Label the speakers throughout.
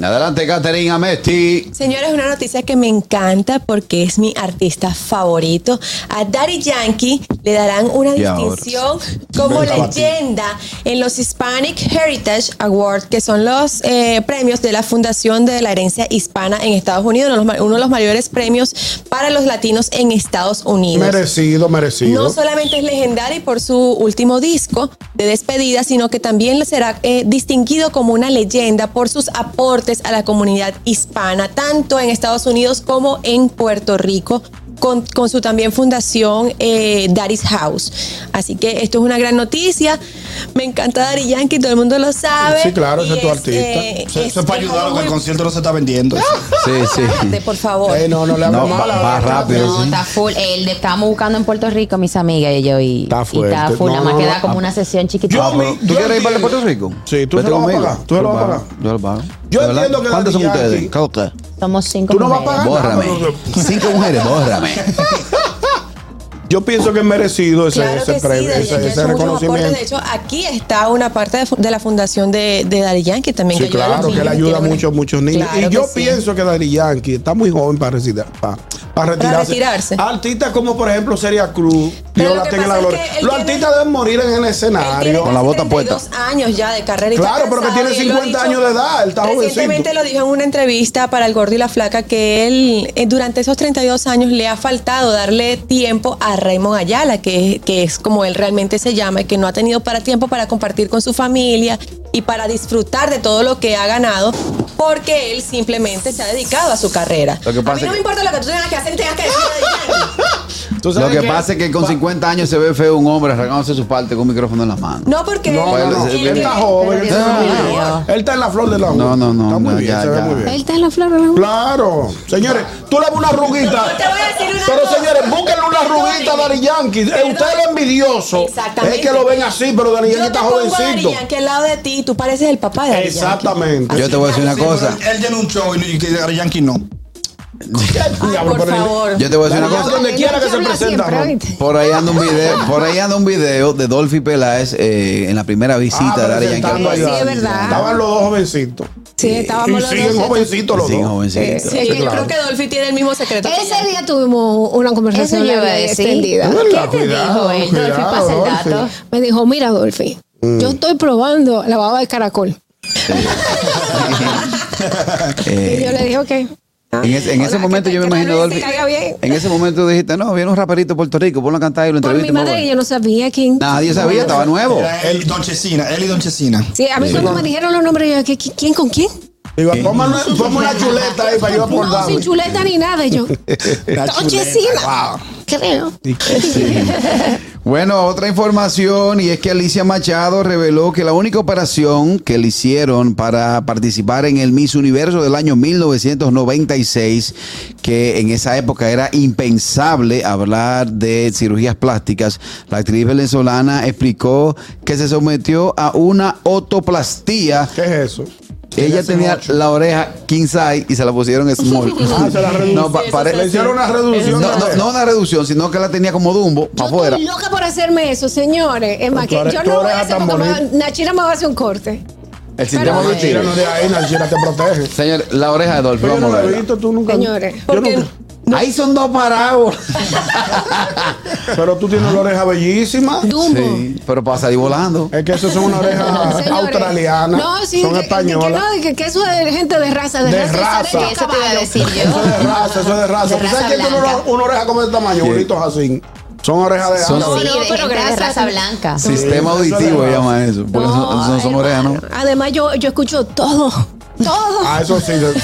Speaker 1: Adelante, Caterina Mesti.
Speaker 2: Señores, una noticia que me encanta porque es mi artista favorito. A Daddy Yankee le darán una
Speaker 1: Y ahora.
Speaker 2: distinción como
Speaker 1: Venga, Mati.
Speaker 2: leyenda en los Hispanic Heritage Awards, que son los eh, premios de la Fundación de la Herencia Hispana en Estados Unidos, uno de los ma- uno de los mayores premios para los latinos en Estados Unidos.
Speaker 3: Merecido, merecido.
Speaker 2: No solamente es legendario por su último disco de despedida, sino que también será eh, distinguido como una leyenda por sus aportes a la comunidad hispana, tanto en Estados Unidos como en Puerto Rico. Con, con su también fundación eh, Daddy's House. Así que esto es una gran noticia. Me encanta Daddy Yankee, todo el mundo lo sabe.
Speaker 3: Sí, claro, ese
Speaker 2: Y
Speaker 3: es tu artista.
Speaker 2: eh,
Speaker 4: Eso, eso es para
Speaker 2: algo
Speaker 4: ayudar a que el
Speaker 2: muy-
Speaker 4: concierto no se está vendiendo.
Speaker 1: Sí, sí.
Speaker 2: Espérate, por favor.
Speaker 3: Eh, no, no le hagas
Speaker 1: No,
Speaker 3: mal.
Speaker 1: va-
Speaker 3: a-
Speaker 1: va rápido.
Speaker 5: No,
Speaker 1: sí.
Speaker 5: está full. El de estábamos buscando en Puerto Rico, mis amigas y yo. Y y
Speaker 3: Está
Speaker 5: está
Speaker 3: fuerte.
Speaker 5: full.
Speaker 3: No,
Speaker 5: Nada más
Speaker 3: no,
Speaker 5: queda
Speaker 3: no.
Speaker 5: como una sesión chiquitita.
Speaker 4: Yo me-
Speaker 1: ¿Tú
Speaker 4: Yo
Speaker 1: quieres ir para
Speaker 4: entiendo.
Speaker 1: Puerto Rico?
Speaker 3: Sí, tú
Speaker 1: Vete
Speaker 3: se lo vas a
Speaker 1: conmigo.
Speaker 3: pagar, tú se lo vas a pagar.
Speaker 1: Yo lo pago.
Speaker 4: Yo
Speaker 1: ¿De verdad?
Speaker 4: entiendo que
Speaker 1: ¿Cuántos son
Speaker 4: Daddy
Speaker 1: ustedes?
Speaker 4: Yankee-
Speaker 1: ¿Cómo que?
Speaker 5: Somos cinco
Speaker 3: Tú no vas a
Speaker 5: mujeres.
Speaker 3: pagar.
Speaker 1: Bórrame. Cinco mujeres, bórrame.
Speaker 3: Yo pienso que es merecido ese,
Speaker 2: Claro
Speaker 3: ese
Speaker 2: que sí,
Speaker 3: premio,
Speaker 2: Daddy
Speaker 3: ese,
Speaker 2: Yankee
Speaker 3: ese
Speaker 2: ha hecho muchos aportes.
Speaker 3: reconocimiento.
Speaker 2: De hecho, aquí está una parte de, fu- de la fundación de, de Daddy Yankee también.
Speaker 3: Sí,
Speaker 2: que ayuda a los
Speaker 3: claro, que le
Speaker 2: niños,
Speaker 3: ayuda
Speaker 2: tiene
Speaker 3: mucho a
Speaker 2: una-
Speaker 3: muchos niños.
Speaker 2: Claro
Speaker 3: y yo
Speaker 2: que sí.
Speaker 3: pienso que Daddy Yankee está muy joven para, residir- pa- para retirarse.
Speaker 2: retirarse.
Speaker 3: Artistas como, por ejemplo, Seria Cruz,
Speaker 2: Pero
Speaker 3: Dios
Speaker 2: lo
Speaker 3: la
Speaker 2: que
Speaker 3: tenga en la
Speaker 2: pasa es
Speaker 3: gloria.
Speaker 2: que él
Speaker 3: Los
Speaker 2: tiene-
Speaker 3: artistas deben morir en el
Speaker 2: Él tiene
Speaker 3: escenario.
Speaker 1: Con la
Speaker 2: casi
Speaker 1: bota
Speaker 2: 32 años ya de carrera. y está
Speaker 3: Claro, pero que
Speaker 2: casado,
Speaker 3: tiene
Speaker 2: y él lo ha
Speaker 3: 50
Speaker 2: dicho-
Speaker 3: años de edad, él está
Speaker 2: Recientemente
Speaker 3: jovencito.
Speaker 2: lo dijo en una entrevista para El Gordo y la Flaca que él eh, durante esos 32 años le ha faltado darle tiempo a Raymond Ayala, que, que es como él realmente se llama, y que no ha tenido para tiempo para compartir con su familia y para disfrutar de todo lo que ha ganado, porque él simplemente se ha dedicado a su carrera.
Speaker 1: Lo que pasa
Speaker 2: a
Speaker 1: es
Speaker 2: mí no me
Speaker 1: que-
Speaker 2: importa lo que tú tengas que hacer y tengas que decir.
Speaker 3: Tú
Speaker 1: Lo
Speaker 3: sabes
Speaker 1: que pasa es que con
Speaker 3: pa-
Speaker 1: 50 años se ve feo un hombre arrancándose su parte con un micrófono en las manos.
Speaker 2: No, porque
Speaker 3: No,
Speaker 2: él,
Speaker 3: no, no,
Speaker 1: él-
Speaker 3: él
Speaker 1: él-
Speaker 3: está
Speaker 2: tiene-
Speaker 3: joven, él
Speaker 5: Pero
Speaker 3: está,
Speaker 5: Dios
Speaker 3: muy
Speaker 5: mío.
Speaker 3: bien. Él está en la flor de la
Speaker 1: No, no, no,
Speaker 3: Está muy
Speaker 1: no,
Speaker 3: bien,
Speaker 1: ya,
Speaker 3: se ve
Speaker 1: ya.
Speaker 3: muy bien.
Speaker 5: Él está en la flor de la
Speaker 3: Claro, señores, tú le das una arruguita.
Speaker 2: Yo te voy a decir una
Speaker 3: pero
Speaker 2: cosa.
Speaker 3: señores, búsquenle una arruguita a Dari Yankee. Eh,
Speaker 2: Perdón.
Speaker 3: Usted lo envidioso.
Speaker 2: Exactamente.
Speaker 3: Es que lo ven así, pero Dari
Speaker 2: Yo
Speaker 3: Yankee
Speaker 2: te
Speaker 3: está
Speaker 2: pongo a Daddy
Speaker 3: jovencito.
Speaker 2: Yankee al lado de ti, tú pareces el papá de Daddy Yankee.
Speaker 3: Exactamente.
Speaker 1: Yo te voy a decir una
Speaker 4: Sí, pero
Speaker 1: cosa.
Speaker 4: Él tiene un show y y que Daddy Yankee no.
Speaker 2: Ay,
Speaker 3: Diablo,
Speaker 2: por
Speaker 3: pero-
Speaker 2: favor.
Speaker 1: Yo te voy a decir una cosa.
Speaker 3: Daddy Yankee, Donde quiera que se presenta. ¿no?
Speaker 1: Por ahí anda un video, por ahí anda un video de Dolphy Peláez eh, en la primera
Speaker 3: Ah,
Speaker 1: visita de Daddy Yankee.
Speaker 3: presentando
Speaker 1: al
Speaker 3: a
Speaker 5: Sí,
Speaker 1: país.
Speaker 3: Daddy.
Speaker 5: es verdad.
Speaker 3: Estaban los dos jovencitos.
Speaker 5: Sí,
Speaker 3: Y
Speaker 5: estábamos los
Speaker 3: siguen
Speaker 5: dos.
Speaker 3: jovencitos los
Speaker 1: Sí,
Speaker 3: dos.
Speaker 1: jovencito.
Speaker 2: Sí,
Speaker 3: Sí,
Speaker 2: yo
Speaker 3: claro.
Speaker 2: creo que Dolphy tiene el mismo secreto. que
Speaker 6: Ese
Speaker 2: yo.
Speaker 6: día tuvimos una conversación
Speaker 5: Eso yo iba a decir.
Speaker 6: extendida.
Speaker 3: Hola,
Speaker 5: ¿Qué te dijo él? Dolphy,
Speaker 3: cuidado,
Speaker 5: pasa el
Speaker 3: Dolphy.
Speaker 5: dato.
Speaker 6: Me dijo, mira, Dolphy, yo estoy probando la baba de caracol.
Speaker 1: Eh,
Speaker 6: Y yo le dije, ok.
Speaker 1: en, ese- en ese
Speaker 6: Hola,
Speaker 1: momento
Speaker 6: que-
Speaker 1: yo me
Speaker 6: que
Speaker 1: imagino
Speaker 6: Dolphy
Speaker 1: Dolphy.
Speaker 6: se caiga bien.
Speaker 1: En ese momento dijiste, no, viene un raperito de Puerto Rico, ponlo a cantar y lo
Speaker 6: Por
Speaker 1: entrevista.
Speaker 6: mi
Speaker 1: y me
Speaker 6: madre,
Speaker 1: voy".
Speaker 6: yo no sabía quién.
Speaker 1: Nadie sabía, estaba nuevo.
Speaker 4: Era él y Don Chesina, él y Don Chesina.
Speaker 6: Sí, a mí cuando me dijeron los nombres, yo, ¿qué- qué- ¿quién con quién?
Speaker 3: Digo, toma una- toma una chuleta ahí para yo
Speaker 6: No,
Speaker 3: acordarme.
Speaker 6: sin chuleta ni nada. Y yo, Chesina. Creo.
Speaker 1: Bueno, otra información y es que Alicia Machado reveló que la única operación que le hicieron para participar en el Miss Universo del año 1996, que en esa época era impensable hablar de cirugías plásticas, la actriz venezolana explicó que se sometió a una otoplastía.
Speaker 3: ¿Qué es eso?
Speaker 1: Ella tenía la oreja king size y se la pusieron small.
Speaker 3: Ah, se la
Speaker 1: No, pa-
Speaker 3: redujeron.
Speaker 1: pare-
Speaker 3: Le hicieron una reducción.
Speaker 1: no, no, no una reducción, sino que la tenía como Dumbo
Speaker 6: Yo
Speaker 1: para afuera.
Speaker 6: estoy loca por hacerme eso, señores. Es más,
Speaker 3: Tú
Speaker 6: que
Speaker 3: eres-
Speaker 6: yo
Speaker 3: tú
Speaker 6: no voy
Speaker 3: eres
Speaker 6: a hacer
Speaker 3: tan
Speaker 6: porque me va-
Speaker 3: bonita.
Speaker 6: Nachira me va a hacer un corte.
Speaker 1: El sistema
Speaker 6: Pero,
Speaker 1: auditivo.
Speaker 3: Chira no de ahí, Nachira te protege.
Speaker 1: Señor, la oreja de Dolphy,
Speaker 3: Pero yo no
Speaker 1: vamos a
Speaker 3: lo he
Speaker 1: verla.
Speaker 3: visto, tú nunca.
Speaker 6: Señores,
Speaker 3: yo
Speaker 2: Porque
Speaker 3: nunca-
Speaker 1: Ahí son dos parábolas.
Speaker 3: Pero tú tienes la oreja bellísima.
Speaker 6: Dumbo.
Speaker 1: Sí, pero para salir volando.
Speaker 3: Es que eso son una oreja
Speaker 6: Señores.
Speaker 3: australiana.
Speaker 6: No, sí,
Speaker 3: son
Speaker 6: que- Que,
Speaker 3: españolas.
Speaker 6: no, de que, que eso es de gente de raza, de,
Speaker 3: De
Speaker 6: raza.
Speaker 3: raza.
Speaker 6: de
Speaker 5: Eso te iba a
Speaker 6: caballo.
Speaker 5: decir
Speaker 3: Eso es de
Speaker 5: yo.
Speaker 3: raza, eso es de raza.
Speaker 5: De
Speaker 3: ¿Tú
Speaker 5: raza
Speaker 3: sabes quién tiene una,
Speaker 5: blanca.
Speaker 3: una oreja como de tamaño? Bonitos así. Son orejas de
Speaker 1: Son-
Speaker 3: ángel.
Speaker 5: Sí,
Speaker 6: No,
Speaker 5: de
Speaker 6: no, pero
Speaker 5: gente de
Speaker 6: gracias.
Speaker 5: raza blanca.
Speaker 1: Sistema
Speaker 3: eso es
Speaker 1: auditivo
Speaker 3: verdad.
Speaker 1: llama eso. Porque no, son, son
Speaker 6: hermano.
Speaker 1: orejas, ¿no?
Speaker 6: Además, yo, yo escucho todo. Todo.
Speaker 3: Ah, eso sí. Eso eso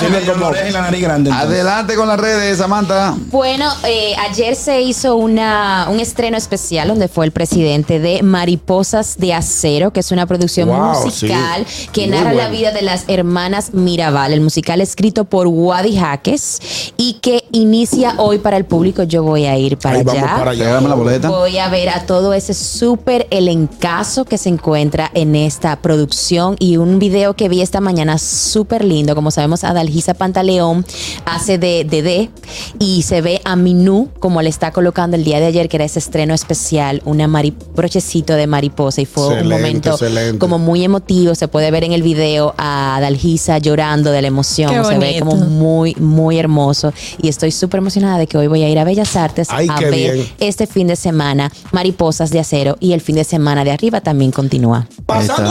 Speaker 3: sí no es
Speaker 4: Yo
Speaker 3: como.
Speaker 4: la oreja y la nariz grande. entonces.
Speaker 1: Adelante con las redes, Samantha.
Speaker 5: Bueno, eh, ayer se hizo una, un estreno especial donde fue el presidente de Mariposas de Acero, que es una producción
Speaker 3: Wow,
Speaker 5: musical
Speaker 3: sí.
Speaker 5: que
Speaker 3: Muy
Speaker 5: narra la
Speaker 3: bueno.
Speaker 5: vida de las hermanas Mirabal. El musical escrito por Wadi Jaques y que inicia hoy para el público. Yo voy a ir para
Speaker 3: Ahí vamos
Speaker 5: allá.
Speaker 3: para allá.
Speaker 1: Regálame la boleta.
Speaker 5: Voy a ver a todo ese súper elencazo que se encuentra en esta producción y un video que vi esta mañana súper lindo. Como sabemos, Adalgisa Pantaleón hace de Dede y se ve a Minú como le está colocando el día de ayer, que era ese estreno especial, una mari- brochecito de mariposa y fue un
Speaker 3: Excelente,
Speaker 5: momento
Speaker 3: excelente.
Speaker 5: como muy emotivo. Se puede ver en el video a Adalgisa llorando de la emoción.
Speaker 2: Qué
Speaker 5: se ve
Speaker 2: bonito.
Speaker 5: como muy, muy hermoso y estoy súper emocionada de que hoy voy a ir a Bellas Artes
Speaker 3: Ay,
Speaker 5: a
Speaker 3: qué
Speaker 5: ver
Speaker 3: bien.
Speaker 5: este fin de semana Mariposas de Acero y el fin de semana de arriba también continúa.
Speaker 3: Pasando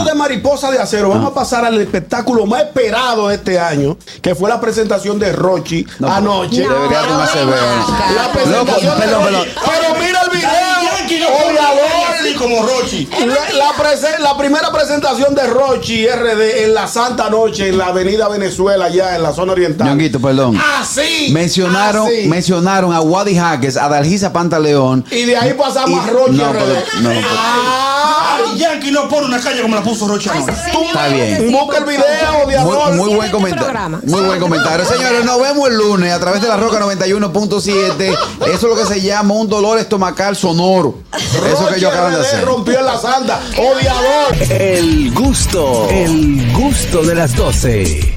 Speaker 1: está. Ah.
Speaker 3: de mariposa de acero, vamos a pasar al espectáculo más esperado de este año, que fue la presentación de Rochi anoche.
Speaker 1: pues, Debería
Speaker 3: Pero
Speaker 1: tomarse
Speaker 3: venga,
Speaker 1: vela.
Speaker 3: La presentación
Speaker 1: Loco,
Speaker 3: de
Speaker 1: pues, perdón,
Speaker 3: Rochi.
Speaker 1: perdón.
Speaker 3: Pero mira el
Speaker 4: Daddy Yankee no
Speaker 3: video.
Speaker 4: pone
Speaker 3: Oiga,
Speaker 4: la Leslie como Rochi.
Speaker 3: La, la prese- la primera presentación de Rochi RD en la Santa Noche, en la Avenida Venezuela, allá en la zona oriental.
Speaker 1: Ñonguito, perdón.
Speaker 3: Ah, Así.
Speaker 1: Mencionaron,
Speaker 3: así.
Speaker 1: mencionaron a Wadi Jaques, a Dalgisa Pantaleón.
Speaker 3: Y de ahí pasamos
Speaker 1: Y-
Speaker 3: a Rochi
Speaker 1: no,
Speaker 3: RD.
Speaker 1: pero- no, pero-
Speaker 3: Ah,
Speaker 4: Daddy Yankee no pone una calle como la puso Rochi. ahora.
Speaker 1: Está bien.
Speaker 3: Busca el video de
Speaker 1: Muy,
Speaker 3: Adolfo.
Speaker 1: muy buen comentario.
Speaker 6: programa.
Speaker 1: Muy buen comentario. Señores, nos vemos el lunes a través de la Roca 91.7. Eso es lo que se llama un dolor estomacal sonoro. Eso que
Speaker 3: Rochi
Speaker 1: yo acaban de
Speaker 3: RD
Speaker 1: hacer.
Speaker 3: rompió en la santa. Odiador.
Speaker 7: El gusto, el gusto de las 12.